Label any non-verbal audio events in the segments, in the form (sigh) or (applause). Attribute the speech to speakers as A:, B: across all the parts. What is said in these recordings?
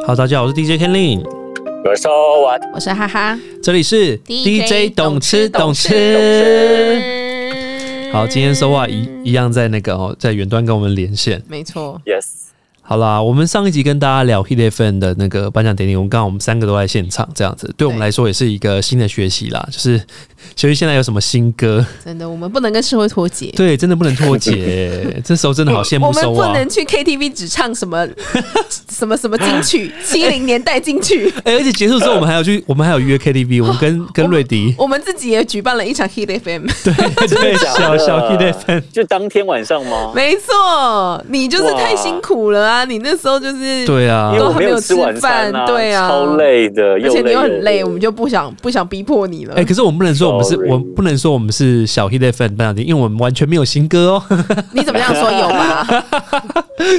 A: Hello，大家好，我是 DJ Kenlin，
B: 我是 So What，
C: 我是哈哈
A: 这里是
C: DJ
A: 懂吃懂
C: 懂吃
A: 吃。好，今天 So What 一一样在那个哦，在远端跟我们连线。
C: 嗯没错，
B: Yes，
A: 好啦，我们上一集跟大家聊 Hit FM 的那个颁奖典礼，我们刚好我们三个都在现场，这样子对我们
C: 对
A: 来说也是一个新的学习啦，就是学习现在有什么新
C: (laughs)
A: 歌，
C: 真的，我们不能跟社会脱节。
A: 对，真的不能脱
C: (laughs)
A: 节，这时候真的好羡慕
C: 我们
A: 收
C: 不
A: 啊！
C: 能去 KTV 只唱什
A: (laughs)
C: 么什么什么金曲，七零年代
A: (laughs)
C: 金曲。
A: 哎、而且结束之后，我们还有
C: (laughs)
A: 去，我们还有约 KTV，我们跟跟瑞迪，
C: 我们自己也举办了一场 Hit FM，
A: 对对，小小 Hit
C: (laughs)
A: FM，
B: 就当天晚上吗？
C: 没错，你就是太
B: 哇
C: 辛苦了啊！你那时候就是，
A: 对啊
B: 因，为我
C: 都还
B: 没
C: 没
B: 有
C: 有
B: 吃晚餐
C: 吃饭对啊
B: 超累的，
C: 而
B: 又
C: 且你
B: 累
C: 又很累，我们
B: 就
C: 就不想不想逼迫你了。
A: 哎、可是我们不能说我们是，
B: Sorry
A: 我们不能说我们是小 Hit FM 颁奖典礼，因为我们完全没有新歌哦， (laughs)
C: 你怎么这样说有吧？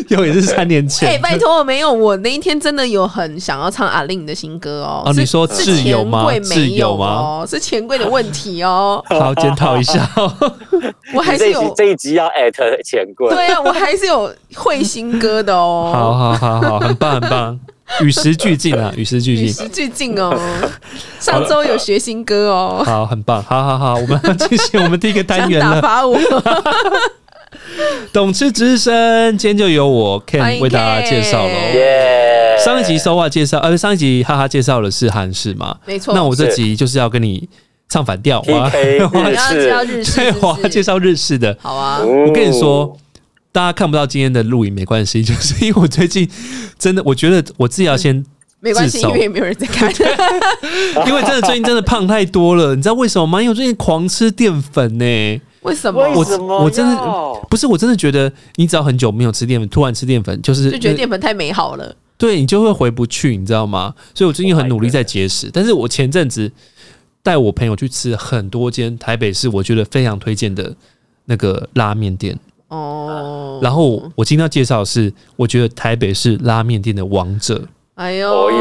A: 因为也是三年
C: 哎、
A: 前。
C: 拜托，没有，我那一天真的有很想要唱阿令的新歌哦。
A: 哦
C: 是
A: 你说
C: 是
A: 挚友
C: 钱
A: 吗
C: 柜
A: 挚
C: 没
A: 友
C: 有
A: 吗
C: 哦，是钱柜的问题
A: (laughs)
C: 哦。
A: 好，检讨一
C: (laughs)
A: 下哦。
C: 我还
B: 这
C: 是
B: 一集
C: 有
B: 这一集要 at 钱柜，
C: 对啊，我还是有会新歌的哦。
A: (laughs) 好，好好好，很棒很棒，与时俱进
C: (laughs)
A: 啊，与时俱
C: 与
A: 进。
C: 时俱进
A: (laughs)
C: 哦。上周有学新歌哦，
A: 好，很棒，好好好，我们要进行我们第一个
C: 这
A: 单
C: 样 (laughs)
A: 元
C: 打
A: 了。(laughs)
C: 发我。
A: 懂吃之声，今天就由我 Ken
C: 欢迎
A: 为大家介绍
C: Ken
A: 喽。
B: 耶，
A: 上一集 s o a 介绍，呃，上一集哈哈介绍的是韩式嘛？
C: 没错
A: 那我这集就是要跟你唱反调，我要
C: (laughs)
B: PK
A: 我要 (laughs)
B: 日哦
C: 要
B: 式
C: 要日式
A: 对，
C: 是
A: 我
C: 不
A: 要介
C: 是？
A: 绍日式的。
C: 好啊，
B: 我
A: 我跟你说，大家看不到今天的录影没关系，就是因为我最近真的，我觉得我自己要
C: (laughs)
A: 先
C: 没关系，
A: 至少
C: 因为也没有人在
A: (laughs)
C: 看。
A: 因为真的最近真的胖太多了，你知道为什么吗？因为我最近狂吃淀粉呢、
C: 为什么？
B: 为什
A: 我
B: 么
A: 我真的
B: 要哦
A: 不是，我真的觉得你只要很久没有吃淀粉，突然吃淀粉，就是呃
C: 就觉得淀粉太美好了。
A: 对你就会回不去，你知道吗？所以我最近很努力在节食，
C: Oh
A: 但是我前阵子带我朋友去吃很多间台北市我觉得非常推荐的那个拉面店，
C: 哦，
A: 然后我今天要介绍的是我觉得台北市拉面店的王者，
C: 哎呦，
B: 哦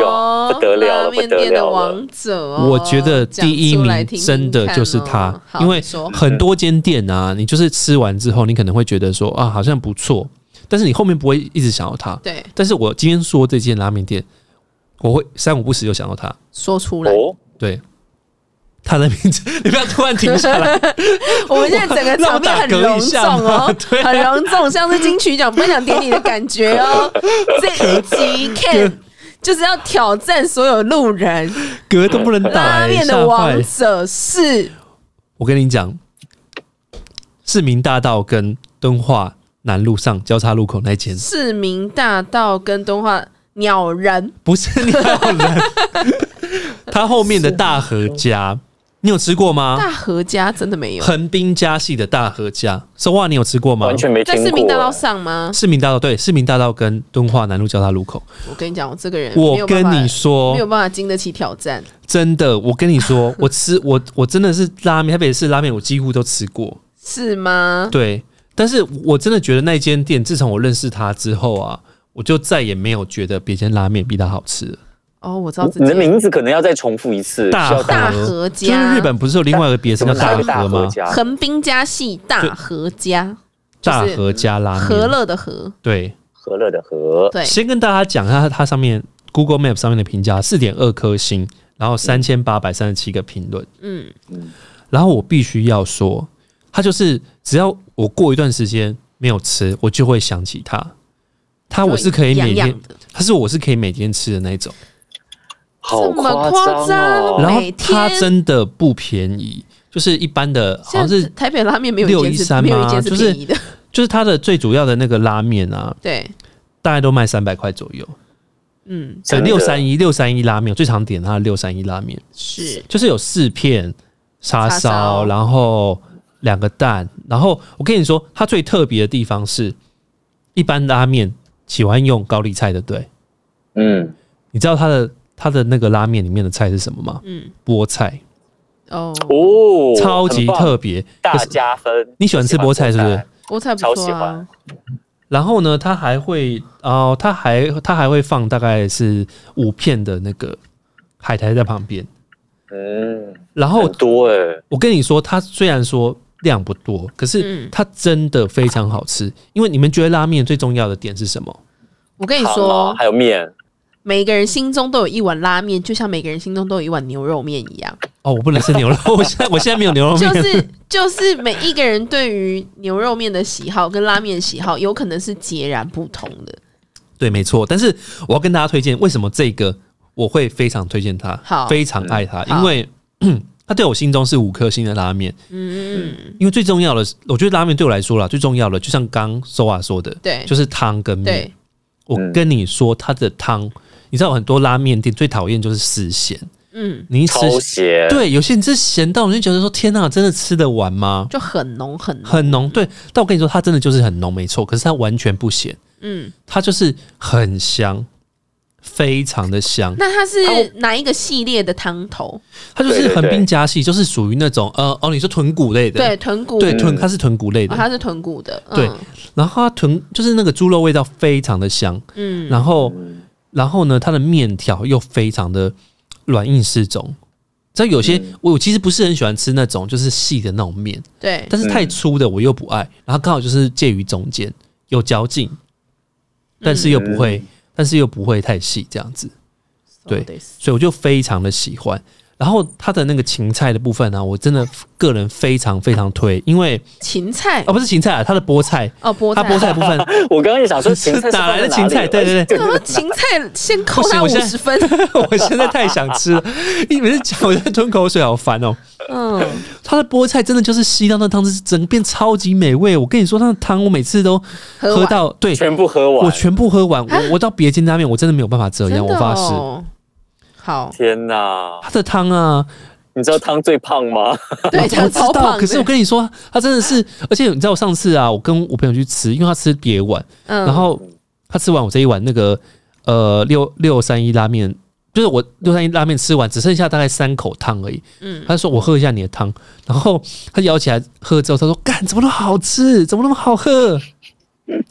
B: 哟不得了了
C: 拉面店
B: 不得了
C: 的
B: 了
C: 王者哦、
A: 我觉得第一
C: 讲出来
A: 名
C: 听听
A: 真的就是
C: 看
A: 它
C: 哦，好
A: 因为
C: 你说
A: 很多间店啊，你就是吃完之后，你可能会觉得说啊好像不错，但是你后面不会一直想要它。
C: 对
A: 但是我今天说这间拉面店，我会三五不时就想到它。
C: 说出来，
B: 哦，
A: 对，它的名字，你不要突然停下来。
C: (laughs) 我们现在整个
A: (laughs) 让我
C: 场面
A: 打
C: 很
A: 嗝
C: 隆
A: 一
C: 重
A: 下嘛
C: 哦，
A: (laughs) 对啊
C: 很隆重，像是金曲奖颁奖典礼的感
A: (laughs)
C: 觉哦。这一集 Ken 就是要挑战所有路人，
A: 嗝都不能打、
C: 拉
A: 欸，
C: 面
A: 吓
C: 的王
A: 坏！
C: 者是
A: 我跟你讲，市民大道跟敦化南路上交叉路口那间，
C: 市民大道跟东华鸟人，
A: 不是鸟
C: (laughs)
A: 人，它后面的大和家，你有吃过吗？
C: 大和家真的没有，
A: 横滨家系的大和家，手袜你有吃过吗？
B: 完全没
C: 在
B: 听
C: 市民大道
B: 过，
C: 上吗？
A: 市民大道对，市民大道跟敦化南路交叉路口，
C: 我跟你讲，我这个人没
A: 我
C: 有办
A: 跟
C: 法
A: 你说
C: 没，有办法经得起挑战。
A: 真的，我跟你说， (laughs) 我吃我我真的是拉面，台北市拉面我几乎都吃过，
C: 是吗？
A: 对，但是我真的觉得那间店，自从我认识它之后啊，我就再也没有觉得别间拉面比它好吃了。
C: 哦，我知道自己
B: 你的名字可能要再重复一次，
A: 大
B: 需要
A: 和
C: 大和
A: 就
C: 家
A: 是日本不是有另外一个别称叫
B: 哪个
A: 大和
B: 和
A: 吗？
B: 家？
C: 横滨家系大和家，
A: 大
C: 就是
A: 和家拉
C: 和
A: 面。
C: 乐的和，
A: 对，
B: 和乐的和，
C: 对，
A: 先跟大家讲一下它上面 Google Map 上面的评价，四点二颗星，然后三千八百三十七个评论。
C: 嗯，
A: 然后我必须要说，它就是只要我过一段时间没有吃，我就会想起它。它我是可以每
C: 痒
A: 天
C: 痒，的，
A: 它是我是可以每天吃的那一种。
B: 好
C: 这么
B: 夸
C: 夸
B: 张
C: 张
B: 哦！
A: 然后
C: 每天
A: 它真的不便宜，就是一般的，好像
C: 现在
A: 是
C: 台北拉面没有一
A: 613
C: 间是没有一间是
A: 吗就是
C: 便宜的， (laughs)
A: 就是它的最主要的那个拉面啊，
C: 对，
A: 大概都卖三百块左右。
C: 嗯，
A: 对，
B: 真的
A: 六三一六三一拉面，我最常点它的六三一拉面，
C: 是
A: 就是有四片叉
C: 叉
A: 烧，
C: 烧
A: 然后两个蛋，然后我跟你说，它最特别的地方是，一般拉面喜欢用高丽菜，对不对？
B: 嗯，
A: 你知道它的它的那个拉面里面的菜是什么吗？
C: 嗯
A: 菠菜，
C: 哦，
B: 哦，
A: 超级
B: 很棒
A: 特别。
B: 大
A: 可是
B: 加分。
A: 你喜欢吃菠菜是不是
B: 喜欢菠菜？
C: 菠菜
B: 超
C: 不
B: 喜
C: 错
B: 欢
C: 啊，
A: 然后呢，它还会哦，它还它还会放大概是五片的那个海苔在旁边。
B: 嗯，
A: 然
B: 很
A: 后
B: 多哎、
A: 我跟你说，它虽然说量不多，可是
C: 嗯
A: 它真的非常好吃。因为你们觉得拉面最重要的点是什么？
C: 我跟你
B: 汤啊
C: 说，
B: 还有面，
C: 每个人心中都有一碗拉面，就像每个人心中都有一碗牛肉面一样。
A: 哦，我不能吃牛肉，我现在 (laughs) 我现在没有牛肉面，
C: 就是就是每一个人对于牛肉面的喜好跟拉面的喜好，有可能是截然不同的。
A: (laughs) 对，没错。但是我要跟大家推荐，为什么这个我会非常推荐它，
C: 好嗯
A: 非常爱它，
C: 好
A: 因为 (clears throat) 它对我心中是五颗星的拉面。
C: 嗯，嗯
A: 因为最重要的是，我觉得拉面对我来说啦，最重要的就像刚 Soa 说的，
C: 对
A: 就是汤跟面
C: 对。，
A: 我跟你说，它的汤，你知道很多拉面店最讨厌就是死咸，
C: 嗯，
A: 你一吃
B: 超咸，
A: 对，有些人吃咸到你就觉得说，天哪、真的吃得完吗？
C: 就很浓很浓，
A: 很浓，对。但我跟你说，它真的就是很浓，没错。可是它完全不咸，
C: 嗯，
A: 它就是很香，非常的香。
C: 那它
A: 啊
C: 是哪一个系列的汤头？
A: 它就是
B: 对对
A: 横
B: 对
A: 滨夹系，就是属于那种呃哦，你说豚骨类的，
C: 对，豚骨，
A: 对
C: 哦
A: 豚，它是豚骨类的。
C: 它是豚骨的，嗯
A: 对，然后它豚就是那个猪肉味道非常的香，
C: 嗯，
A: 然后然后呢，它的面条又非常的软硬适中。这有些
B: 嗯
A: 我其实不是很喜欢吃那种就是细的那种面，
C: 对，
A: 但是太粗的我又不爱，然后刚好就是介于中间，有嚼劲，但是又不会，但是又不会太细这样子，对所以我就非常的喜欢。然后它的那个芹菜的部分呢、啊我真的个人非常非常推，因为
C: 芹菜
A: 啊不是芹菜啊，它的菠菜，
C: 哦，菠
A: 它
C: 菜，
A: 啊菠菜的
C: (laughs)
A: 部分，
B: (laughs) 我刚刚也想说芹菜
A: 哪来的
B: 是放
A: 芹
B: 在
A: 菜？
B: 里
A: 对对对，
C: 对啊，芹菜先扣
A: 不行
C: 它
A: 我
C: 五
A: 现在
C: 十分，
A: 我现在太想吃了，你每次讲我在吞口水，好烦哦。
C: 嗯，
A: 它的菠菜真的就是吸到那汤汁，整变超级美味。我跟你说，那汤我每次都 (laughs)
C: 喝
A: 喝
C: 完
A: 到，对，
B: (laughs) 全部喝
A: 我
B: 完，
A: 全部喝完，我我到别间拉面我真的没有办法这
C: 啊真
A: 样，
C: 的
A: 我发誓。
C: 哦好，
B: 天哪！
A: 它的汤啊，
B: 你知道汤最
A: (laughs)
B: 胖吗？
C: 对，
A: (laughs) 我
C: 它
A: 知
C: 超
A: 道，
C: 胖的，
A: 可是我跟你说，它真的是，而且你知道，我上次啊，我跟我朋友去吃，因为他吃别碗，
C: 嗯
A: 然后他吃完我这一碗那个呃六六三一拉面，就是我六三一拉面吃完只剩下大概三口汤而已，
C: 嗯
A: 他就说我喝一下你的汤，然后他舀起来喝之后，他说干怎么那么好吃，怎么那么好喝，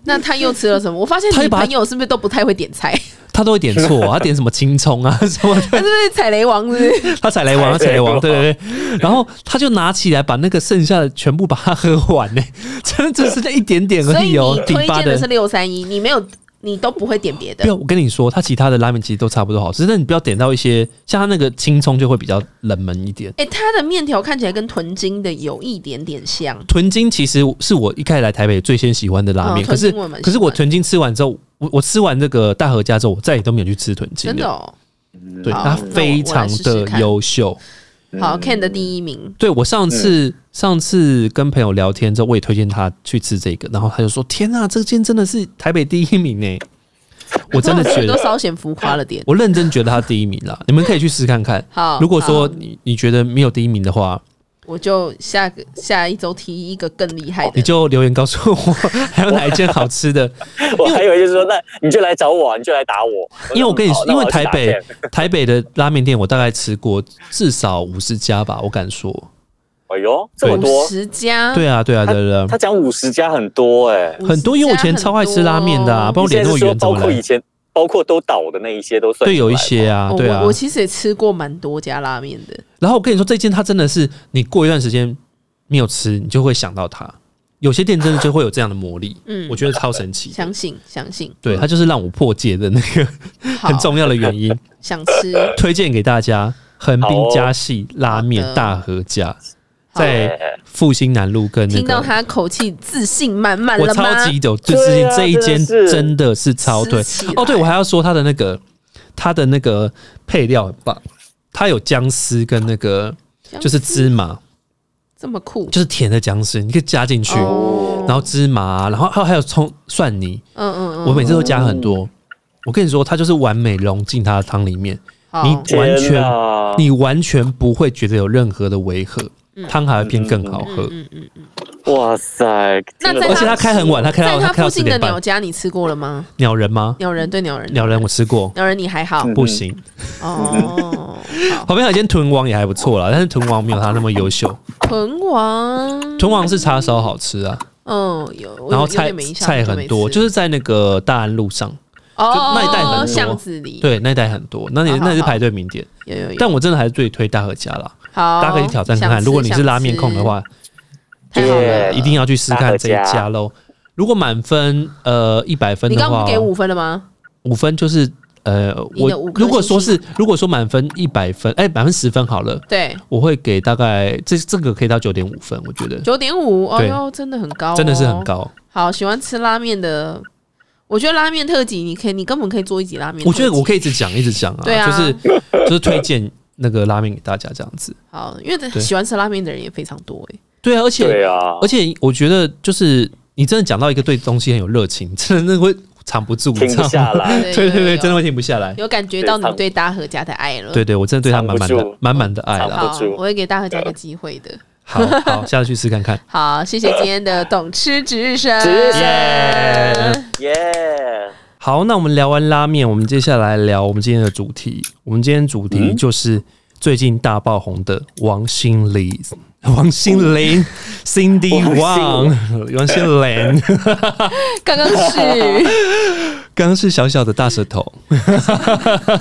C: 那他又吃了什么？我发现
A: 他
C: 你
A: 就把它
C: 朋友是不是都不太会点
A: (laughs)
C: 菜？
A: 他都会点
C: (laughs)
A: 错、他点什么青葱啊什么的。
C: 他是不是踩雷王是
A: (laughs)
C: 不是？
A: 他踩雷王，他踩雷王，
B: 踩
A: 对
B: 雷
A: 对对。然后他就拿起来把那个剩下的全部把它喝完呢、 (laughs) 真的只剩下一点点
C: 所
A: 而
C: 以
A: 已哦
C: 你，
A: 顶
C: 推
A: 巴
C: 荐
A: 的
C: 的是。六三一，你没有，你都不会点别
A: 不
C: 的
A: 要，我跟你说，他其他的拉面其实都差不多好吃，但你不要点到一些像他那个青葱就会比较冷门一点。
C: 哎、它的面条看起来跟豚筋的有一点点像，
A: 豚筋其实是我一开始来台北最先喜欢的拉面，
C: 哦
A: 可是
C: 豚筋我也蛮喜欢
A: 可是我豚筋吃完之后，我我吃完这个大和家之后，我再也都没有去吃豚筋
C: 真的
A: 了。
C: 哦。
A: 对，
C: 好
A: 它
C: 那我
A: 非
C: 我来
A: 常
C: 试试
A: 的
C: 看
A: 优秀。
C: 好，Ken 的第一名，
A: 对我上次、上次跟朋友聊天之后，我也推荐他去吃这个，然后他就说：“天啊，这间真的是台北第一名呢！”我
C: (laughs)
A: 真的觉
C: 都
A: 得，
C: 稍显浮夸了点。
A: 我认真觉得他第一名啦。你们可以去试看看。
C: 好
A: 如果说
C: 好
A: 你你觉得没有第一名的话，
C: 我就下个下一周提一个更厉害
A: 哦你
C: 的。
A: 就留言告诉我还有哪一间好吃
B: (laughs)
A: 的。
B: 我还以为就是说，那你就来找我，你就来打我。
A: 因为我跟你
B: 好
A: 说，
B: 那
A: 因
B: 我
A: 为
B: 要去
A: 台
B: 打
A: 北
B: 剑
A: (laughs) 台北的拉面店，我大概吃过至少五十家吧，我敢说。
B: 哎呦，这么
C: 五
B: 多，
C: 十家，
A: 对啊，对啊，对啊对
B: 他讲五十家很多哎、
C: 50家
A: 很多因为我以前超爱吃拉面的啊
C: 很
A: 包括
C: 多
B: 你
A: 联
B: 现在
A: 络
B: 是说
A: 员怎
B: 包
A: 么
B: 括
A: 来
B: 以前，包括都倒的那一些都
A: 啊，
B: 算。
A: 对，有一些。啊，
C: 哦
A: 对啊
C: 我我。其实也吃过蛮多家拉面的，
A: 然后我跟你说，这间它真的是你过一段时间没有吃，你就会想到它。有些店真的就会有这样的魔力，
C: 嗯
A: 我觉得超神奇。
C: 相信相信，
A: 对，它就是让我破戒的那个
C: 好
A: 很重要的原因，
C: 想吃。
A: 推荐给大家横滨家系拉面大和家，
C: 好
A: 在
B: 哎
A: 复兴南路跟那
C: 听到
A: 个，
C: 他口气自信满满
A: 我
C: 了吗？
A: 超级有最
B: 对啊
A: 之前这一间
B: 真的是
A: 真的是超推
C: 吃起来
A: 哦，对我还要说它的那个它的那个配料很棒，它有姜丝跟那个就是芝麻，
C: 这么酷，
A: 就是甜的姜丝，你可以加进去。
C: 哦
A: 然后芝麻，然后还有还有葱蒜泥，
C: 嗯嗯
A: 我每次都加很多。我跟你说，它就是完美融进它的汤里面，
C: 嗯，
A: 你
C: 好
A: 完
B: 天
A: 全
C: 哦
B: 哪
A: 你完全不会觉得有任何的违和，汤还会变更好喝。
C: 嗯嗯嗯。
B: 哇塞！
C: 那
B: 真的
C: 在
A: 而且它
C: 它
A: 开很晚，它开
C: 在
A: 到它
C: 他
A: 开
C: 附
A: 到四
C: 近的
A: 点
C: 鸟
A: 半。
C: 家，你吃过了吗？
A: 鸟人吗？
C: 鸟人对鸟人，
A: 鸟人我吃过，
C: 鸟人你还好
A: 不行。
C: 哦。好，
A: 旁边还有一间豚王也还不错啦，但是豚王没有它那么优秀。
C: 嗯豚王，
A: 豚王是叉烧好吃啊，
C: 嗯有，我有
A: 然后
C: 有
A: 菜
C: 点没印象
A: 菜很多，就是是在那个大安路上，
C: 哦
A: 那一带很多
C: 巷子里，
A: 对那一带很多，那也
C: 好好
A: 那也是
C: 好
A: 排队名店。
C: 有有有。
A: 但我真的还是最推大和家啦。
C: 好，
A: 大家可以挑战看看。
C: 哦想吃
A: 如果你是拉面控的，话，
C: 想吃太好了
B: 耶。
A: 一定要去试看这一
B: 大和
A: 家
B: 家
A: 喽。如果满分呃一百分
C: 你
A: 的
C: 刚不
A: 话
C: 是，给五分了吗？
A: 五分就是呃，
C: 你
A: 我
C: 的五颗
A: 如果说
C: 星
A: 是如果说满分一百分，哎、百分十分好了，
C: 对，
A: 我会给大概这这个可以到九点五分，我觉得
C: 九点五，哎
A: 对
C: 呦，真的很高、哦
A: 真的是很。高。
C: 好，喜欢吃拉面的，我觉得拉面特辑，你可以，你根本可以做一集拉面特辑。
A: 我觉得我可以一直讲一直讲啊，
C: 对啊
A: 就是 (laughs) 就是推荐那个拉面给大家这样子。
C: 好，因为
A: 对
C: 喜欢吃拉面的人也非常多哎、
A: 对啊，而且
B: 对啊，
A: 而且我觉得就是你真的讲到一个对东西很有热情， (laughs) 真的那会藏不住，你
B: 停
A: 知
B: 不
A: 道吗？
B: 下来，
C: (laughs)
A: 对对对，真的
C: 有
A: 会停不下来。
C: 有感觉到你对大和家的爱了。
A: 对对，我真的对他满满
B: 藏
A: 的
B: 不住哦
A: 满满的爱
B: 藏
A: 啦。
C: 好
B: 不住，
C: 我会给大和家一个机会的。
A: 好 (laughs) 好，下次去试看看。
C: 好，谢谢今天的懂吃值日生，
B: 值日生
A: 耶！
C: (laughs)
B: 耶、
A: 好，那我们聊完拉面，我们接下来聊我们今天的主题。我们今天主题
B: 嗯
A: 就是最近大爆红的王心凌，王心
B: (laughs)
A: 凌，Cindy
B: 王心
A: Wang，王心凌，
C: 刚刚
A: (laughs)
C: 是
A: 刚刚是小小的大舌头。 (laughs)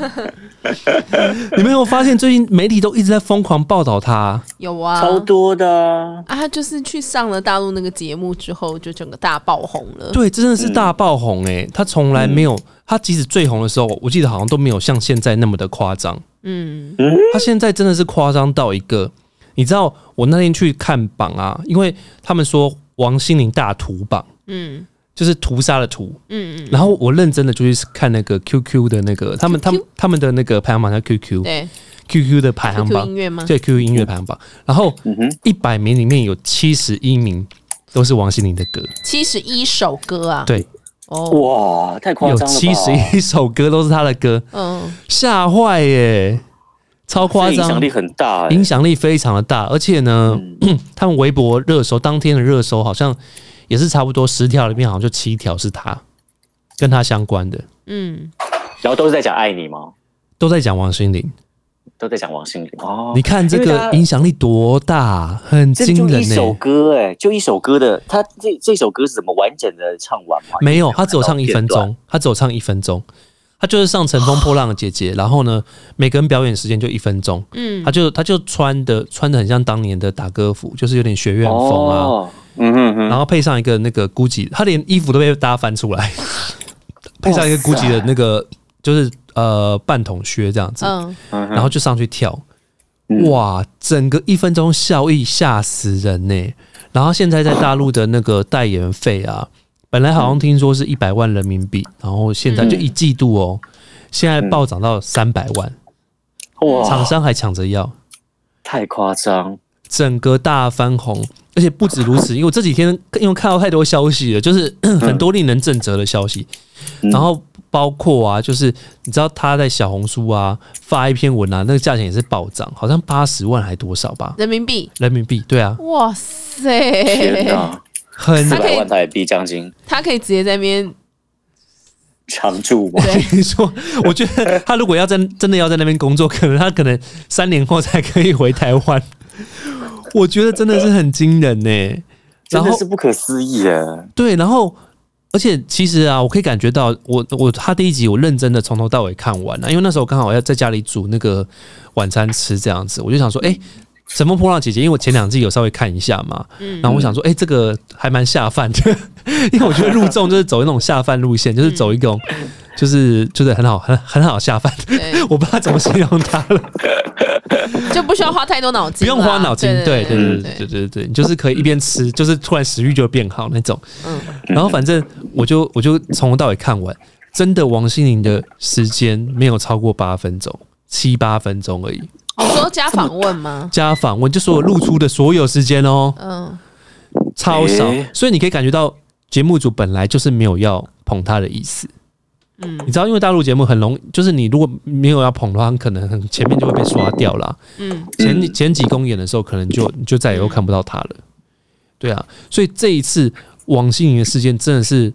A: 你们有没有发现最近媒体都一直在疯狂报道她？
C: 有啊，
B: 超多的啊，
C: 啊，他就是去上了大陆那个节目之后，就整个大爆红了。
A: 对，真的是大爆红哎、她从来没有，
C: 嗯
A: 她即使最红的时候，我记得好像都没有像现在那么的夸张。
C: 嗯，
A: 他现在真的是夸张到一个，你知道我那天去看榜啊，因为他们说王心凌大屠榜，
C: 嗯
A: 就是屠杀的屠，
C: 嗯嗯，
A: 然后我认真的就去看那个 QQ 的那个他们他们他们的那个排行榜叫 QQ，QQ
C: 对
A: 的排行
C: ，QQ
A: 榜
C: 音，乐吗？
A: 对 QQ 音乐排行榜，然后
B: 嗯
A: 一百名里面有七十一名都是王心凌的歌，
C: 七十一首歌啊，
A: 对，
C: 哦，
B: 哇，太夸
A: 有
B: 张了吧，
A: 七十一首歌都是她的歌，
C: 嗯，
A: 吓坏耶，超夸
B: 这影
A: 张
B: 响，力很大、嗯欸，
A: 影响力非常的大，而且呢， (clears throat) 他们微博热搜当天的热搜好像也是差不多十条里面好像就七条是他跟他相关的，
C: 嗯，
B: 然后都是在讲爱你吗？
A: 都在讲王心凌。
B: 都在讲王心凌哦，
A: 你看这
B: 因为他
A: 个影响力多大，很
B: 这
A: 惊
B: 就
A: 人欸
B: 一
A: 呢、
B: 首歌哎、就一首歌的，他这这首歌是怎么完整的唱完吗？
A: 没有，他只有唱一分
B: 看到片
A: 钟，他只有唱一分钟，他就是上《乘风破浪的姐姐》，然后呢，每个人表演时间就一分钟，
C: 嗯
A: 他就他就穿的穿的很像当年的打歌服，就是有点学院
B: 段
A: 风啊，
B: 哦，嗯哼哼，
A: 然后配上一个那个 GUCCI，他连衣服都被大家翻出来，配上一个 GUCCI 的那个就是呃半筒靴这样子，
C: 嗯，
B: 嗯哼
A: 然后就上去跳，
B: 嗯
A: 哇，整个一分钟效益吓死人呢、然后现在在大陆的那个代言费啊，本来好像听说是一百万人民币，然后现在就
B: 嗯
A: 一季度哦，现在暴涨到三百万，厂
B: 哇，
A: 商还抢着要。
B: 太夸
C: (laughs)
B: 张，
A: 整个大翻红，而且不止如此，因为我这几天因为看到太多消息了，就是很多令人震折的消息，
B: 嗯
A: 然后包括啊，就是你知道他在小红书啊发一篇文啊，那个价钱也是暴涨，好像八十万还多少吧，
C: 人民币，
A: 人民币，对啊，
C: 哇塞，
B: 天哪，
A: 很
B: 四
C: 他可以
B: 百万台币将近
C: 他可以直接在那边
B: 常驻吗？
C: 对
A: 你说，我觉得他如果要在真的要在那边工作，可能他可能三年后才可以回台湾，我觉得真的是很惊人呢、然
B: 真的
A: 后
B: 是不可思议耶！
A: 对，然后而且其实啊，我可以感觉到我，我他第一集我认真的从头到尾看完了、啊因为那时候刚好要在家里煮那个晚餐吃这样子，我就想说，哎、乘风破浪姐姐》，因为我前两季有稍微看一下嘛，
C: 嗯
A: 然后我想说，哎、这个还蛮下饭的， (laughs) 因为我觉得入众就是走那种下饭路线，就是走一种，就是就是很好很很好下饭，
C: 嗯对，
A: 我不知道怎么形容它了。
C: 就不需要花太多脑
A: 不
C: 筋啦，
A: 用花脑筋，对
C: 对
A: 对对对对对，你就是可以一边吃，就是突然食欲就会变好那种。
C: 嗯
A: 然后反正我就我就从头到尾看完，真的王心凌的时间没有超过八分钟，七八分钟而已，
C: 你说加访问吗？
A: 加访问就所有露出的所有时间哦，
C: 嗯，
A: 超少
B: 诶，
A: 所以你可以感觉到节目组本来就是没有要捧她的意思。嗯，你知道，因为大陆节目很容易，就是你如果没有要捧的话，可能很前面就会被刷掉啦。
C: 嗯，
A: 前前几公演的时候，可能就你就再也都看不到他了。对啊，所以这一次王心凌的事件真的是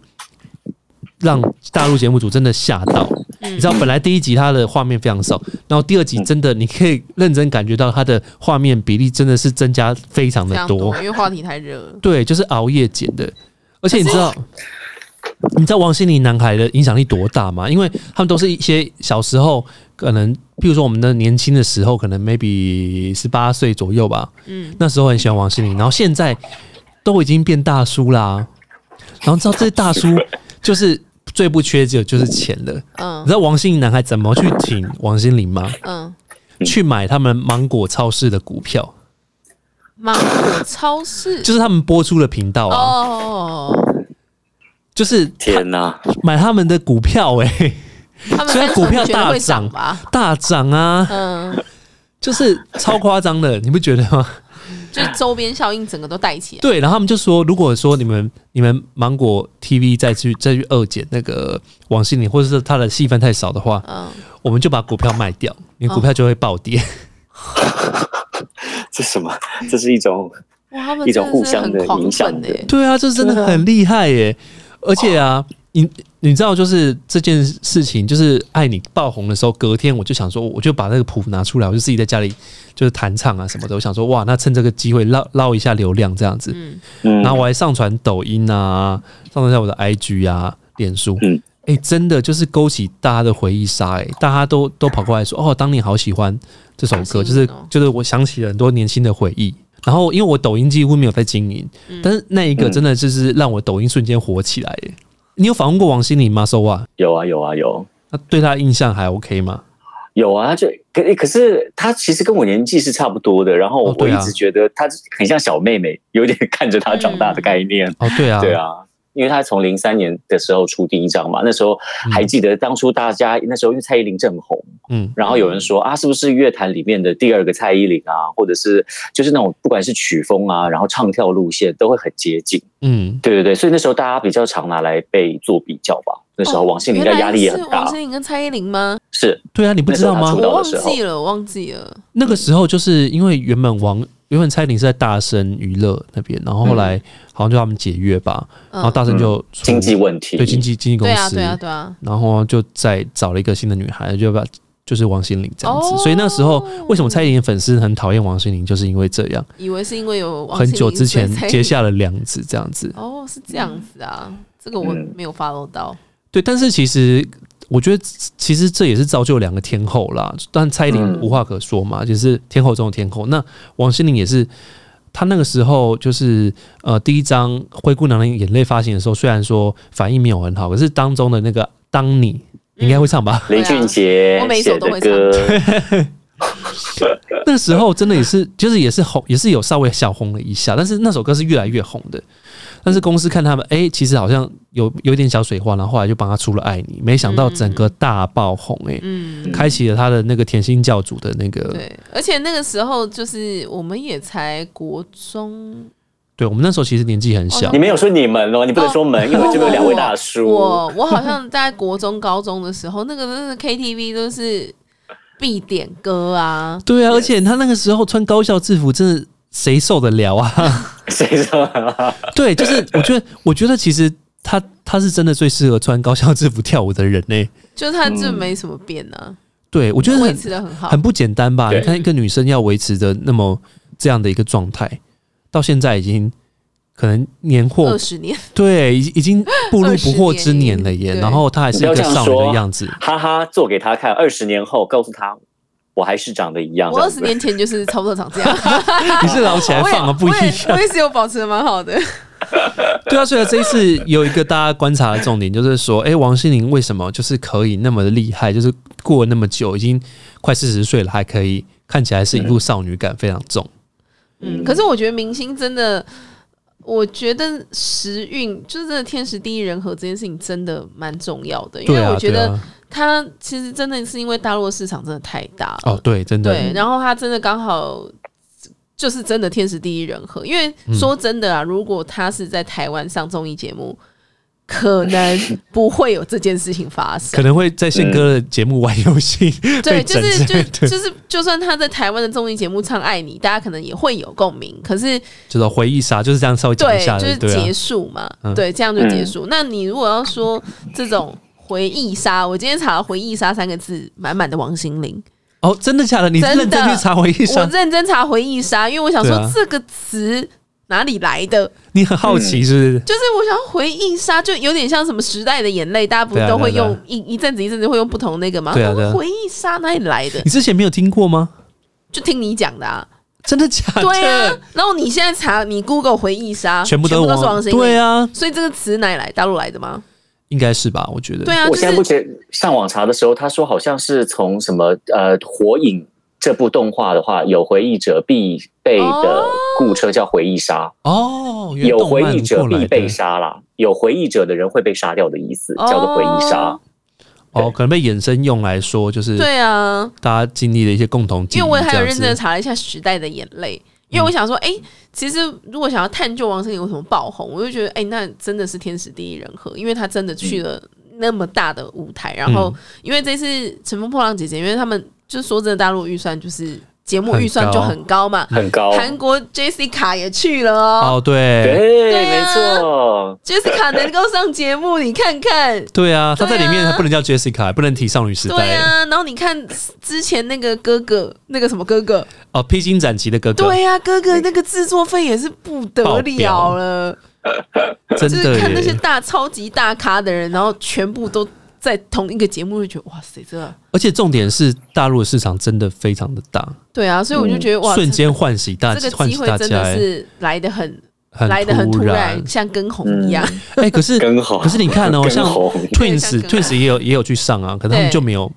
A: 让大陆节目组真的吓到。
C: 嗯
A: 你知道，本来第一集它的画面非常少，然后第二集真
C: 嗯
A: 的你可以认真感觉到它的画面比例真的是增加非常
C: 非
A: 的
C: 常
A: 多
C: 多，。因为话题太热了。
A: 对，就是熬夜剪的。而且你知道，你知道王心凌男孩的影响力多大吗？因为他们都是一些小时候，可能譬如说我们的年轻的时候，可能 maybe 十八岁左右吧，
C: 嗯，
A: 那时候很喜欢王心凌，然后现在都已经变大叔啦。然后知道这些大叔就是最不缺只有就是钱了。你
C: 嗯
A: 知道王心凌男孩怎么去挺王心凌吗？
C: 嗯，
A: 去买他们芒果超市的股票，
C: 芒果超市
A: 就是他们播出的频道啊，
C: 哦，
A: 就是
B: 天哪，
A: 买他们的股票、欸，哎， (laughs)
C: 他们
A: 所以
C: 单纯
A: 股票
C: 觉得
A: 大
C: 会
A: 涨
C: 吧？
A: 大涨啊，
C: 嗯，
A: 就是超夸张的， (laughs) 你不觉得吗？
C: 就是周边效应整个都带起来。
A: 对，然后他们就说，如果说你们你们芒果 TV 再去再去二检那个王心凌，或者是他的戏份太少的话，
C: 嗯，
A: 我们就把股票卖掉，你股票就会暴跌。
B: 这什么？这是一种
C: 哇，他们
B: 一种
C: 真
B: 互
C: 的是
B: 相的
C: 很狂
B: 影响
C: 粉的欸
B: 的
C: 耶。
A: (laughs) 对啊，这真的很厉害耶！而且啊，你你知道，就是这件事情，就是爱你爆红的时候，隔天我就想说，我就把那个谱拿出来，我就自己在家里就是弹唱啊什么的。我想说，哇，那趁这个机会捞捞一下流量这样子。
C: 嗯，
B: 嗯
A: 然后我还上传抖音啊，上传在我的 IG 啊、脸书。
B: 嗯
A: 哎、真的就是勾起大家的回忆杀哎、大家都都跑过来说，哦，当年好喜欢这首歌，
C: 好
A: 就
C: 幸运
A: 是
C: 哦
A: 就是我想起了很多年轻的回忆。然后因为我抖音几乎没有在经营，
C: 嗯
A: 但是那
B: 嗯
A: 一个真的就是让我抖音瞬间火起来、欸。你有访问过王心凌吗？收啊，
B: 有啊有啊有
A: 那对她的印象还 OK 吗？
B: 有啊，就可诶可是她其实跟我年纪是差不多的，然后
A: 哦对
B: 我
A: 啊
B: 一直觉得她很像小妹妹，有点看着她长大的概念。
A: 哦，对啊，
B: 对，啊，因为他从零三年的时候出第一张嘛，那时候还记得当初大家、那时候因为蔡依林正红，
A: 嗯，
B: 然后有人说啊，是不是乐坛里面的第二个蔡依林啊，或者是就是那种不管是曲风啊，然后唱跳路线都会很接近。
A: 嗯，
B: 对对对，所以那时候大家比较常拿来被做比较吧。那时候王心凌应该压力也很
C: 哦原来是
B: 大，
C: 王心凌跟蔡依林吗？
B: 是
A: 对啊，你不知道
B: 那时
A: 吗
B: 候她出？
C: 我
B: 道
C: 忘
B: 的时候
C: 记了，我忘记了。
A: 那个时候就是因为原本王原本蔡依林是在大声娱乐那边，然后后来好像就他们解约吧，然后
C: 嗯，
A: 大声就出
B: 经济问题。
A: 对经纪经纪公
C: 对啊，
A: 司，
C: 对啊，对啊。
A: 然后就再找了一个新的女孩，就把就是王心凌这样子。
C: 哦
A: 所以那时候为什么蔡依林粉丝很讨厌王心凌，就是因为这样，
C: 以为是因为有王
A: 很
C: 心凌
A: 久之前
C: 所以才
A: 结下了梁子这样子。
C: (laughs) 哦，是这样子啊，这个我
B: 嗯
C: 没有 follow 到。
A: 对，但是其实我觉得其实这也是造就两个天后啦，但蔡依林
B: 嗯
A: 无话可说嘛，就是天后中的天后。那王心凌也是。她那个时候就是呃，第一张《灰姑娘的眼泪》发行的时候，虽然说反应没有很好，可是当中的那个“当你”你应该会唱
B: (laughs)
A: 吧？ (laughs)
B: 雷俊杰
C: 啊我每一首
B: 写
C: 都会
B: 的
C: 啊
B: 歌，
A: 那时候真的也是，就是也是红，也是有稍微小红了一下，但是那首歌是越来越红的。但是公司看他们，哎、其实好像有有点小水花，然后后来就帮他出了《爱你》，没想到整个大爆红、哎、
C: 嗯，
A: 开启了他的那个甜心教主的那个。对，
C: 对，而且那个时候就是我们也才国中，
A: 我们那时候其实年纪很小
B: 你，没有说你们哦，你不能说门，因为这边有两位大叔。 (laughs)
C: 我我好像在国中、高中的时候，那个真的 KTV 都是必点歌啊。
A: 对啊，而且他那个时候穿高校制服，真的谁受得了啊？ (laughs)
B: 谁说？
A: 对，就是我觉得，我觉得其实他他是真的最适合穿高校制服跳舞的人呢、哎
C: 就他就没什么变啊，
A: 对，我觉得
C: 维
A: 很
C: 持的很好，
A: 很不简单吧？
B: 对
A: 你看一个女生要维持的那么这样的一个状态，到现在已经可能年
C: 二
A: 货
C: 十年。
A: 对，已已经步入不惑
C: 20
A: 之年了耶。
C: 年
A: 然后她还是一个
B: 不要这样
A: 少
B: 说
A: 女的样子，
B: 哈哈，做给他看，二十年后告诉他，我还是长得一样。
C: 我
B: 这
C: 二
B: 样子
C: 十年前就是差不多长这样，
A: (laughs) 你是老起来
C: 我也
A: 放啊，不一
C: 我也
A: 样
C: 我。也是有保持的蛮
A: (laughs)
C: 好的。
A: 对啊，所以这一次有一个大家观察的重点，就是说，哎，王心凌为什么就是可以那么厉害？就是过了那么久，已经快四十岁了，还可以看起来是一副少女感非常重。
C: 嗯，可是我觉得明星真的，我觉得时运就是真的天时地利人和这件事情真的蛮重要的，因
A: 对
C: 为
A: 啊，
C: 我觉
A: 对
C: 得
A: 啊，
C: 他其实真的是因为大陆的市场真的太大了，
A: 哦，对，真
C: 对，
A: 的，
C: 然后他真的刚好。就是真的天时地利人和，因为说真的啊，
A: 嗯
C: 如果他是在台湾上综艺节目，可能不会有这件事情发生
A: 可。能会在宪哥的节目玩游戏，
C: 对，
A: 被
C: 就
A: 整
C: 是
A: 之类
C: 就
A: (laughs) 的。
C: 就是，就算他在台湾的综艺节目唱《爱你》，大家可能也会有共鸣。可是
A: 就是回忆杀，就是这样稍微讲一
C: 对
A: 下，
C: 就
A: 的，
C: 是
A: 对啊
C: 结，束嘛，
A: 嗯
C: 对，这样就结束。那你如果要说这种回忆杀，我今天查了“回忆杀”三个字，满满的王心凌。
A: 哦，真的假的？你
C: 真的
A: 认真去查回忆
C: 我
A: 杀，
C: 认真查“回忆杀”，因为我想
A: 对啊
C: 说这个词哪里来的，
A: 你很好奇是不是？
C: 就是我想要回忆杀，就有点像什么时代的眼泪，大家不
A: 对啊
C: 都会
A: 对啊
C: 用一一阵子一阵子会用不同那个吗？
A: 对啊对啊
C: 回忆杀哪里来的
A: (laughs) 你？之前没有听过吗？
C: 就听你讲
A: (laughs)
C: 的啊，
A: 真的假的？
C: 对啊。然后你现在查，你 Google 回忆杀，
A: 全部
C: 全
A: 都
C: 部都是王心凌，
A: 对。啊，
C: 所以这个词哪里来？大陆来的吗？
A: 应该是呃吧？我觉得
C: 对啊，
B: 我现在目
C: 就是
B: 前上网查的时候，他说好像是从什么呃《火影》这部动画的话，有回忆者必备
C: 哦
B: 的故车叫回忆杀，
A: 哦，原
B: 有
A: 动
B: 回
A: 漫
B: 忆者
A: 过来
B: 必被
A: 的
B: 杀啦，有回忆者的人会被杀掉的意思，叫做回忆杀
C: 哦。
A: 哦，可能被衍生用来说，就是
C: 对啊，
A: 大家经历的一些共同记忆，
C: 因为我也还有
A: 这样
C: 认
A: 子
C: 真的查了一下《时代的眼泪》，因为我想说，哎、其实如果想要探究王心凌为什么爆红，我就觉得，哎、那真的是天时地利人和，因为她真的去了那么大的舞台，然后因为这次《乘风破浪》姐姐，因为他们就说真的，大陆预算就是节目预算就很高嘛，
B: 很高，
C: 韩国 Jessica 也去了哦。
A: 哦，对
B: 对，
C: 对
B: 没
C: 啊
B: 错，
C: Jessica 能够上节目，你看看，
A: 对啊，他在里面
C: 对啊
A: 还不能叫 Jessica，不能提少女时
C: 对
A: 代
C: 啊，然后你看之前那个哥哥，那个什么哥哥，
A: 哦，披荆斩棘的哥哥，
C: 对啊呀、哥哥那个制作费也是不得了了，
A: 真
C: 就是
A: 的
C: 看那些
A: 耶。
C: 大超级大咖的人，然后全部都在同一个节目，就觉得哇塞，这
A: 而且重点是，大陆的市场真的非常的大，
C: 对啊，所以我就觉得、哇，
A: 瞬嗯间唤醒大
C: 这这个
A: 唤
C: 机
A: 起
C: 会
A: 大
C: 真
A: 家，
C: 的
A: 哎
C: 是来的很
A: 很
C: 来的很突
A: 然。
C: 像跟红一样。
A: 哎，可
B: (laughs)
A: 是
B: 更好。
A: 可是你看哦，
B: 更
A: 像
B: 红
A: Twins
C: 对像
A: Twins 也有也有去上啊，可能他们
C: 对
A: 就没有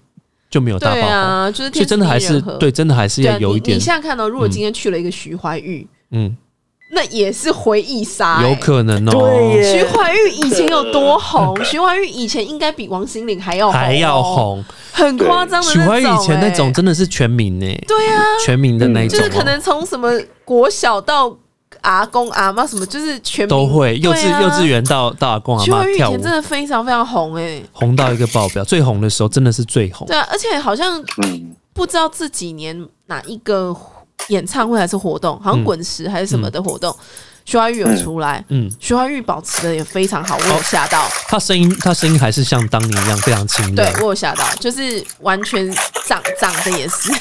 A: 就没有大
C: 对
A: 爆红，
C: 啊，就是
A: 所以真的还是
C: 天时地利人和
A: 对，真的还是
C: 对啊
A: 要有一
C: 你
A: 点
C: 你，想想看哦，如果今天去了一个徐怀钰，
A: 嗯，
C: 那也是回忆杀、
A: 有
C: 欸
A: 可能
B: 对
A: 哦，
B: 耶
C: 徐怀钰以前有多红？徐怀钰以前应该比王心凌还要红哦
A: 还要，红。
C: 很夸张的
A: 许
C: 那
A: 怀
C: 种、
A: 玉以前那种
C: 哎
A: 真的是全民呢、欸
C: 对啊，
A: 全民的那一种
C: 就
A: 哦、
C: 是可能从什么国小到阿公阿妈什么，就是全民
A: 都会幼稚、
C: 对啊
A: 幼稚园到到阿公阿
C: 徐
A: 妈
C: 怀钰以
A: 跳舞
C: 前，真的非常非常红哎、
A: 红到一个爆表，最红的时候真的是最红
C: 对。啊，而且好像
B: 嗯，
C: 不知道这几年哪一个演唱会还是活动，好像
A: 嗯
C: 滚石还是什么的活动，徐怀钰有出来，
A: 嗯，
C: 徐怀钰保持的也非常好，我有吓到。
A: 他声音他声音还是像当年一样非常清
C: 对
A: 亮。
C: 我有吓到，就是完全长长得也是，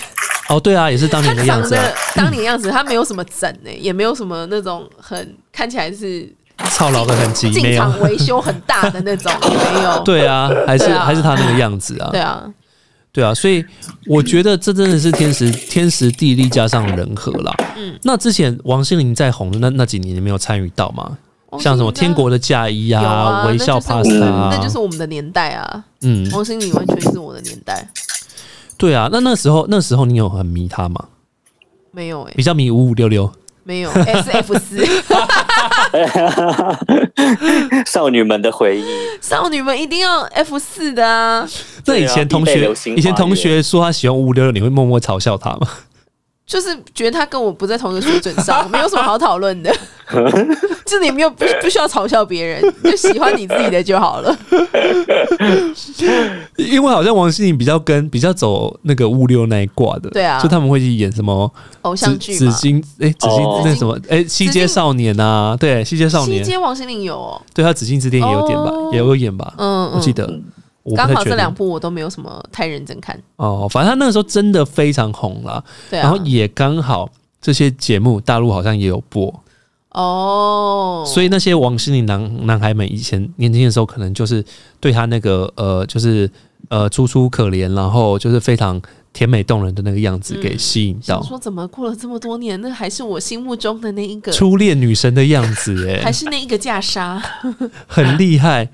A: 哦，对啊，也是当
C: 他
A: 年的样
C: 长
A: 子、
C: 得
A: 啊，
C: 当年样子，他没有什么整呢、也没有什么那种很看起来是
A: 操劳的痕迹哦没
C: 进
A: 有。
C: 场维修很大的那
A: (laughs)
C: 种，也没有。
A: 对啊，还是、
C: 对啊
A: 还是他那个样子啊
C: 对。啊，
A: 对啊，所以我觉得这真的是天时天时地利加上人和啦。嗯，那之前王心凌在红的那那几年，你没有参与到吗？像什么《天国的嫁衣》
C: 啊有
A: 啊，
C: 啊，
A: 微笑
C: 那就是
A: Pasta》
C: 我
A: 啊，
C: 们那就是我们的年代啊。
A: 嗯，
C: 王心凌完全是我的年代，
A: 对啊，那那时候那时候你有很迷他吗？
C: 没有哎、
A: 比较迷五五六六，(laughs)
C: 没有 S F 四 (laughs)
B: 少女们的回忆，
C: 少女们一定要 F 四的啊，
A: 那
B: 对啊
A: 以前同
B: 必备
A: 学
B: 流行华语
A: 以前同学说他喜欢五五六六，你会默默嘲笑他吗？ (laughs)
C: 就是觉得她跟我不在同一个水准
A: (laughs)
C: 上，没有什么好讨论的，就是你没有不不需要嘲笑别人，你就喜欢你自己的就好
A: (laughs)
C: 了。
A: 因为好像王心凌比较跟比较走那个五六那一挂的，
C: 对啊
A: 就他们会去演什么
C: 偶
A: 紫
C: 像剧
A: 紫
C: 嘛，
A: 金哎紫金
B: 哦
A: 那什么哎西街少年啊，对西街少
C: 西
A: 年，
C: 街王心凌有哦，
A: 对他紫金之巅也有点吧
C: 哦，
A: 也有演吧，
C: 嗯，嗯
A: 我记得。我不
C: 刚
A: 太
C: 好
A: 确
C: 这两
A: 定
C: 部我都没有什么太认真看，
A: 哦，反正他那个时候真的非常红啦，
C: 对啊，
A: 然后也刚好这些节目大陆好像也有播，
C: 哦，
A: 所以那些王心凌男男孩们以前年轻的时候，可能就是对他那个呃，就是呃楚楚可怜，然后就是非常甜美动人的那个样子给吸引
C: 想
A: 到，
C: 嗯说怎么过了这么多年，那还是我心目中的那一个，
A: 初恋女神的样子、欸，
C: 还是那一个嫁纱，
A: 很厉害。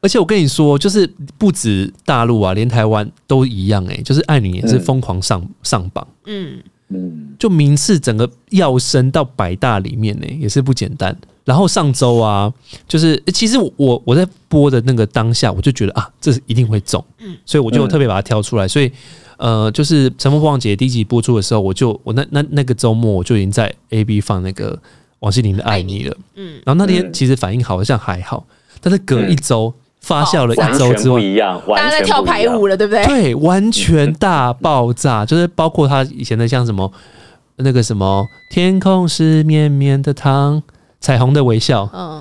A: 而且我跟你说，就是不止大陆啊，连台湾都一样、欸，就是爱你也是疯狂上、上榜，
C: 嗯，
B: 嗯，
A: 就名次整个要升到百大里面呢、也是不简单。然后上周啊，就是欸其实我我在播的那个当下，我就觉得啊，这是一定会中，所以我就特别把它挑出来。所以呃，就是《乘风破浪》姐第一集播出的时候，我就我那那那个周末我就已经在 A B 放那个王心凌的《爱你》了，
C: 嗯
A: 然后那天
B: 嗯
A: 其实反应好像还好，但是隔一周发酵了
B: 完
A: 一周
B: 全
A: 之
B: 不
A: 后，
B: 一样，
C: 大家
B: 完
C: 在
B: 全
C: 跳
B: 不一
C: 排
B: 样
C: 舞。了，对不对？
A: 对，完全大爆炸，就是包括他以前的像什么那个什么天空是绵绵的糖，彩虹的微
C: (laughs)
A: 笑，
C: 嗯，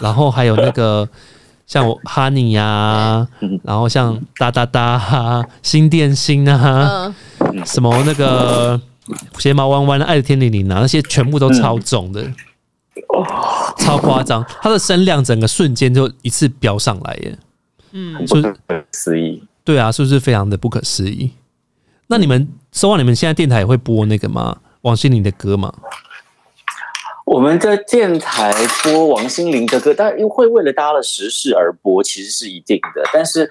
A: 然后还有那个像我哈尼呀，然后像哒哒哒哈，新电星啊，
C: 嗯，
A: 什么那个睫毛弯弯的爱的天灵灵啊，那些全部都超重的。超夸张，他的声量整个瞬间就一次飙上来耶！
B: 很不可思议。
A: 对啊，是不是非常的不可思议？那你们收望你们现在电台也会播那个吗？王心凌的歌吗？
B: 我们的电台播王心凌的歌，当然会为了大家的时事而播，其实是一定的。但是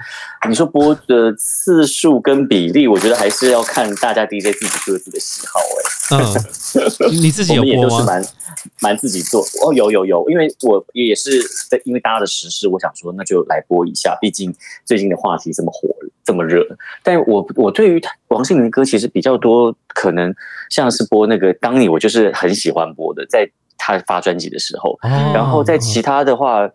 B: 你说播的次数跟比例，我觉得还是要看大家 DJ 自己各自的喜好、欸。 (laughs)
A: 嗯，你你自己
B: 我
A: 有
B: 们也都
A: 播
B: 是
A: 吗？
B: 蛮蛮自己做。哦，有有有，因为我也是在因为大家的时事，我想说那就来播一下，毕竟最近的话题这么火，这么热。但我我对于王心凌的歌其实比较多，可能像是播那个《当你》，我就是很喜欢播的，在她发专辑的时候。
A: 哦
B: 然后在其他的话，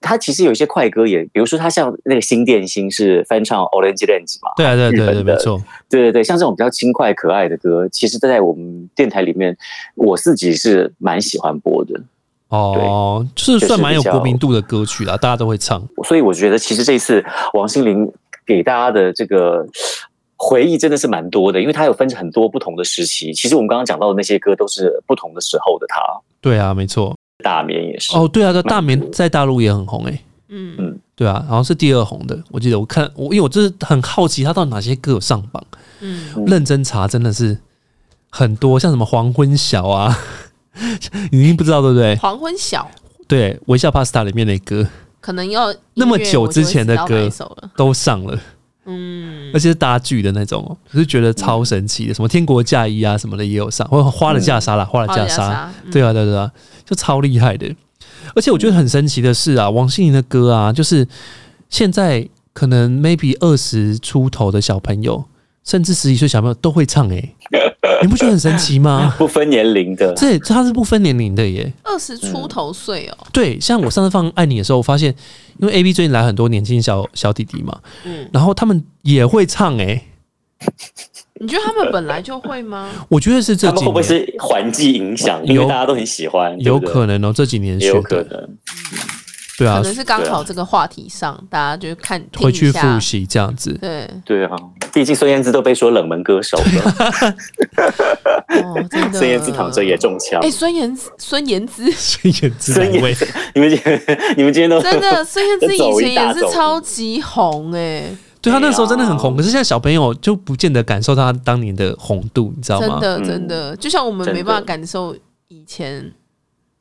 B: 她其实有一些快歌也，比如说她像那个新电心是翻唱《Orange Range》嘛，
A: 对啊，对啊对啊
B: 日
A: 对啊，
B: 本
A: 没
B: 的
A: 错，
B: 对对对，像这种比较轻快可爱的歌，其实都在我们电台里面，我自己是蛮喜欢播的。
A: 哦，就是
B: 就
A: 算
B: 是
A: 蛮
B: 比
A: 有国
B: 较
A: 民度的歌曲啦，大家都会唱。
B: 所以我觉得其实这次王心凌给大家的这个回忆真的是蛮多的，因为她有分成很多不同的时期。其实我们刚刚讲到的那些歌都是不同的时候的她，
A: 对啊，没错。
B: 大眠也是。
A: 哦，对啊，对啊大眠在大陆也很红诶、
C: 嗯
B: 嗯
A: 对啊，好像是第二红的，我记得我看我，因为我就是很好奇他到底哪些歌有上榜，
C: 嗯，
B: 嗯
A: 认真查真的是很多，像什么黄昏晓啊， (laughs) 你一定不知道对不对？
C: 黄昏晓
A: 对，微笑 Pasta 里面的歌
C: 可能要音乐
A: 那么久之前的歌
C: 我就会知道哪一首了，
A: 都上了，
C: 嗯
A: 而且是搭剧的那种哦，我就觉得超神奇的，什么天国嫁衣啊什么的也有上，或者花了嫁纱啦，花了
C: 花
A: 嫁
C: 了
A: 纱，
C: 纱，嗯
A: 对啊，对啊，对啊，就超厉害的。而且我觉得很神奇的是啊，王心凌的歌啊，就是现在可能 maybe 二十出头的小朋友，甚至十几岁小朋友都会唱诶、你不觉得很神奇
C: (laughs)
A: 吗？
B: 不分年龄的，
A: 这它是不分年龄的耶。
C: 二十出头岁哦，
A: 对，像我上次放《爱你》的时候，我发现因为 A B 最近来很多年轻小小弟弟嘛，
C: 嗯，
A: 然后他们也会唱诶、欸
C: 你觉得他们本来就会吗？
A: 我觉得是这
B: 他们
A: 几
B: 会不会
A: 年
B: 是环境影响？
A: 有
B: 因为大家都很喜欢，
A: 有
B: 对不对
A: 可能哦、这几年
B: 也
A: 学
B: 有可
A: 的，
B: 能。
A: 对
C: 可
A: 啊，
C: 能是刚好这个话题上，大家就看听
A: 回去
C: 一下
A: 复，习这样子。 (laughs)
C: 对，
B: 对啊，毕竟孙燕姿都被说冷门歌手了，
A: 啊
C: 哦，真的，
B: 孙燕姿躺着也中枪
C: 哎，。孙燕姿，孙燕姿。
A: 孙燕姿
B: 孙
A: 哪
B: 燕
A: 位？
B: 姿，你们今天 (laughs) 你们今天都
C: 真的，孙燕姿以
B: 走
C: 前也是
B: 一大走
C: 超级红哎、
A: 对他
B: 对
A: 那时候
B: 啊
A: 真的很红，可是现在小朋友就不见得感受到他当年的红度，你知道
C: 真
A: 吗？
C: 的
B: 嗯
C: 真的，就像我们
B: 真的
C: 没办法感受以前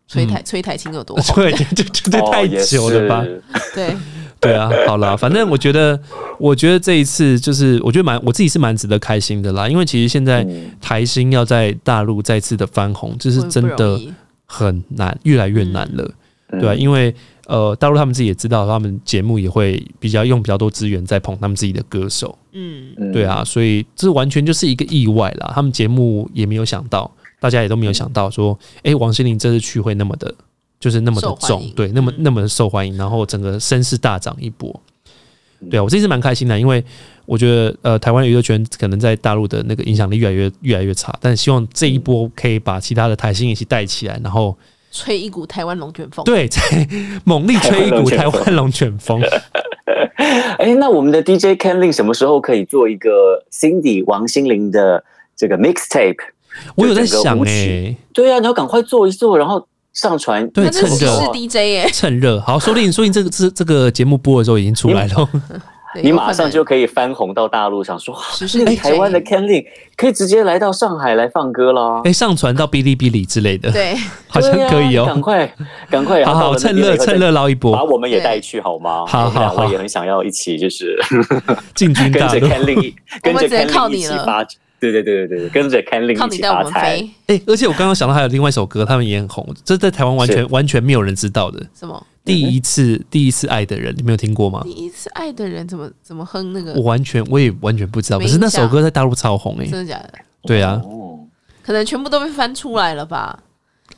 C: 崔
A: 嗯
C: 台、崔台青
A: (laughs)
C: 有多
A: (laughs)
C: 红，
A: 对，就就就
B: 哦
A: 太
B: 也
A: 久了吧？
B: 是
C: 对，
A: 对啊，好啦，反正我觉得，我觉得这一次就是，我觉得蛮我自己是蛮值得开心的啦，因为其实现在
B: 嗯
A: 台新要在大陆再次的翻红，就是
C: 不
A: 真
C: 不容
A: 的
C: 易
A: 很难，越来越难了。
B: 嗯
A: 对啊，因为呃，大陆他们自己也知道，他们节目也会比较用比较多资源在捧他们自己的歌手。
C: 嗯，
B: 嗯
A: 对，啊，所以这完全就是一个意外啦。他们节目也没有想到，大家也都没有想到说，诶，王心凌这次去会那么的，就是那么的
C: 嗯受欢
A: 重
C: 迎，
A: 对，那么
C: 嗯
A: 那么的受欢迎，然后整个声势大涨一波。
B: 嗯
A: 对啊，我这次蛮开心的，因为我觉得呃，台湾的娱乐圈可能在大陆的那个影响力越来越越来越差，但希望这一波可以把其他的台星一起带起来，然后
C: 哦吹一股台湾龙卷风，
A: 对，
C: (laughs)
A: 再猛力吹一股台
B: 台湾龙卷风
A: 湾龙卷风。
B: 哎，那我们的 DJ Ken Lin 什么时候可以做一个 Cindy 王心凌的这个 mixtape？
A: 我有在
B: 就整个
A: 想欸
B: 舞
A: 诶，
B: 曲对啊，你要赶快做一做，然后上传。
A: 对
C: 他真
A: 趁
C: 是
A: 热
C: 是 DJ 耶、
A: 趁热，好，说不定说不定这个这这个节目播的时候已经出来了。
B: 你
C: 对有可哎
B: 马上
C: 能
B: 就可以翻红到大陆上，说哇
C: 时，事
B: 那个
C: DJ
B: 台湾 (laughs) 的 Ken Lin 可以直接来到上海来放歌啦。
A: 哎、上传到哔哩哔哩之类的，
C: 对，
A: (laughs) 好像可以
B: 对
A: 哦
B: 啊、赶快赶快，
C: 啊
B: 然
A: (laughs) 好
B: 后到
A: 好，
B: 了那
A: 趁
B: 边
A: 热
B: 以后再
A: 趁热捞一
B: 把
A: 波，
B: 我们也
C: 对
B: 带去好吗？
A: 好
B: 我们两
A: 好好
B: 位也很想要一起，就是
A: (laughs) 进军
B: 跟
A: 大
B: 着
A: 陆。
B: Ken Lin，
C: (laughs) 我
B: 跟
C: 们
B: 着
C: 只能
B: Ken
C: 靠
B: Lin 一
C: 你
B: 起
C: 了
B: 发，对对对对对，跟着 Ken
C: 靠
B: Lin 一
C: 你
B: 起
C: 带我
B: 发
C: 们
B: 财。
C: 飞
A: 哎、而且我刚刚想到还有另外一首歌，他们也很红，这在台湾完全
B: 是
A: 完全没有人知道的。
C: 什么？
A: 第一次第一次爱的人，你没有听过吗
C: 第？一次爱的人怎么怎么哼那个
A: 我？完全我也完全不知道，
C: 没
A: 可是那
C: 印象
A: 首歌在大陆超红哎、
C: 真的假的？
A: 对啊，
B: 哦，
C: 可能全部都被翻出来了吧？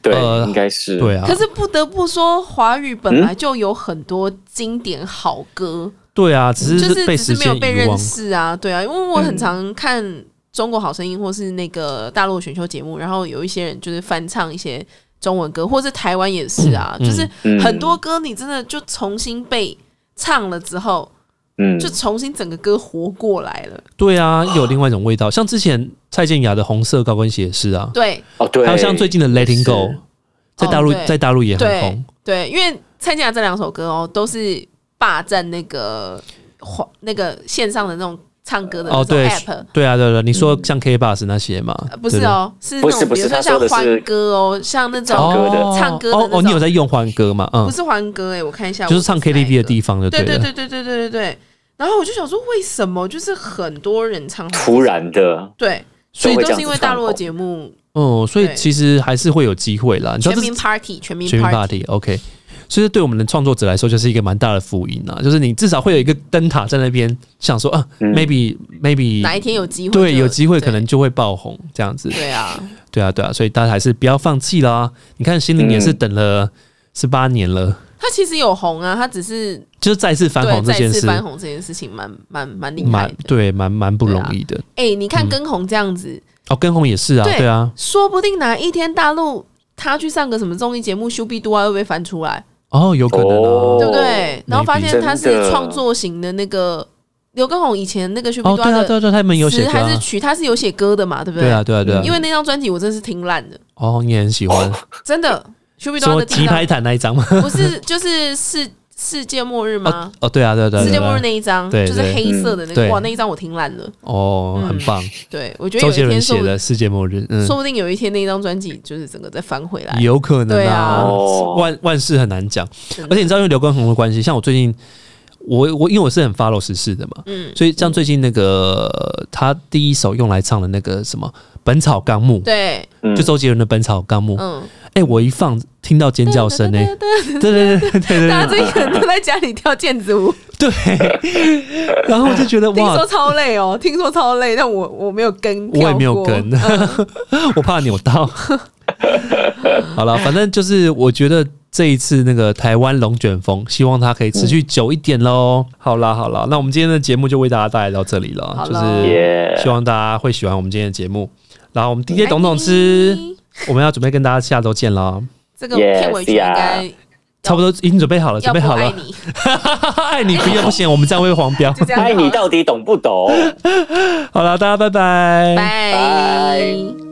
B: 对
A: 呃，
B: 应该是
A: 对啊，
C: 可是不得不说，华语本
B: 嗯
C: 来就有很多经典好歌。
A: 对啊，只
C: 就是是
A: 被
C: 只
A: 时
C: 是没
A: 间
C: 有被
A: 遗
C: 认
A: 忘。
C: 识啊，对啊，因为我很
B: 嗯
C: 常看《中国好声音》或是那个大陆选秀节目，然后有一些人就是翻唱一些中文歌，或是台湾也是啊，
A: 嗯
C: 就是
B: 嗯
C: 很多歌你真的就重新被唱了之后，
B: 嗯
C: 就重新整个歌活过来了。
A: 对啊，有另外一种味道，像之前蔡健雅的《红色高跟鞋》也是啊，
C: 对
B: 哦对，
A: 还有像最近的《Letting
B: 是
A: Go》，在大陆、
C: 哦对
A: 在大陆也很
C: 对
A: 红。
C: 对，因为参加这两首歌哦，都是霸占那个华那个线上的那种唱歌的那
A: 哦，
C: 种
A: 对
C: app，嗯
A: 对啊，对对，你说像 K Bus 那些嘛
C: 呃，不是
A: 对对
C: 哦，是
B: 不
C: 那
B: 是
C: 种
B: 不
C: 比
B: 是
C: 如
B: 他
C: 像
B: 说的
C: 欢
B: 是
C: 歌哦，像那
B: 唱
C: 种
B: 歌的
A: 哦
C: 唱歌的
A: 哦哦，
C: 那
A: 你有
C: 种
A: 在用欢歌吗？嗯
C: 不，是欢歌哎，我看一下，
A: 就是
C: 我
A: 唱
C: 是哪一
A: KTV 的
C: 个
A: 地方就
C: 对对
A: 了。
C: 对对对对对对。然后我就想说，为什么就是很多人唱红
B: 突然的，
C: 对，
B: 所
C: 所
B: 以
C: 以
B: 会
C: 都
B: 这样
C: 是因
B: 子
C: 为
B: 唱
C: 大陆的
B: 红
C: 节目
A: 哦，所以
C: 对
A: 其实还是会有机会啦。你知道
C: 全
A: 这
C: 民 party 全民
A: 全民
C: party，
A: party，OK，所以对我们的创作者来说，就是一个蛮大的福音啊。就是你至少会有一个灯塔在那边，想说啊
B: 嗯
A: ，maybe maybe
C: 哪一天有机会就？
A: 对，有机会可
C: 对
A: 能就会爆红这样子。
C: 对啊，
A: 对啊，对啊，所以大家还是不要放弃啦。你看，心灵也
C: 嗯
A: 是等了十八年了，
C: 他其实有红啊，他只是
A: 就是再次翻
C: 对
A: 红这
C: 再
A: 件
C: 次
A: 事，
C: 翻红这件事情蛮蛮蛮厉害
A: 蛮
C: 的。
A: 对，蛮蛮不容易的。
C: 哎、你看跟红这样子，
A: 哦，跟红也是啊，
C: 对
A: 对啊，
C: 说不定哪一天大陆他去上个什么综艺节目，修必多啊会被翻出来，
A: 哦，有可能哦
B: 哦
C: 对，不对？然后发现他
B: 真
C: 是
B: 的
C: 创作型的那个刘畊宏以前那个修必
A: 哦，
C: 多
A: 对啊，
C: 的
A: 对啊，对啊，他们有写
C: 词
A: 歌
C: 还是
A: 啊，
C: 曲，他是有写歌的嘛，对不
A: 对啊，对啊，对啊
C: 因，为那张专辑我真是听烂的，
A: 哦，你也很喜欢
C: 真的。修必
A: 什
C: 多
A: 么
C: 的
A: 吉
C: 第一张
A: 拍坦那一张吗？
C: 不是就是世世界末日吗？
A: (laughs) 哦，对啊，对啊，对啊，
C: 世界
A: 对
C: 末日
A: 啊
C: 那一张，
A: 对
C: 就是
A: 对
C: 黑色的那个，
A: 嗯
C: 哇，
A: 对
C: 那一张我听烂了。
A: 哦，
C: 嗯
A: 很棒，
C: 对，我觉得
A: 周
C: 有
A: 杰
C: 一
A: 伦
C: 天说
A: 写
C: 不，
A: 的《世界末日》，嗯
C: 说，不定有一天那一张专辑就是整个再翻回来。
A: 有可能
C: 对啊
B: 哦
A: 万万事很难讲。
C: 真
A: 而
C: 的
A: 且你知道，因为刘畊宏的关系，像我最近，我我因为我是很 follow 时事的嘛，
C: 嗯，
A: 所以像最近那个呃他第一首用来唱的那个什么《本草纲目》，
C: 对，
B: 嗯
A: 就周杰伦的《本草纲目》
C: 嗯，
A: 哎、我一放听到尖叫声呢、欸，对对对对对
C: (laughs) 大家
A: 对
C: 最近可能都在家里跳毽子舞，
A: 对，然后我就觉得
C: 听说
A: 哇，
C: 超累哦，听说超累，但我我没有跟，
A: 我也没有跟，
C: 跳过
A: 我怕扭到。好了，反正就是我觉得这一次那个台湾龙卷风，希望它可以持续久一点喽。好啦好啦，那我们今天的节目就为大家带来到这里了
C: 好，
A: 就
C: 咯
A: 是
B: 耶
A: 希望大家会喜欢我们今天的节目。然后我们 DJ
C: 爱
A: 董董
C: 你
A: 吃，我们要准备跟大家下周见啦，
C: 这个
B: Yes，
C: 片尾曲应该
A: 差不多已经准备好了，准
C: 要
A: 备
C: 不
A: 好
C: 爱
A: 了。
C: 你，
A: 爱你不要不行，我们这样会黄标。
C: 就这样好了，
B: 爱你到底懂不懂？
A: 好了，大家拜拜，
C: 拜
B: 拜。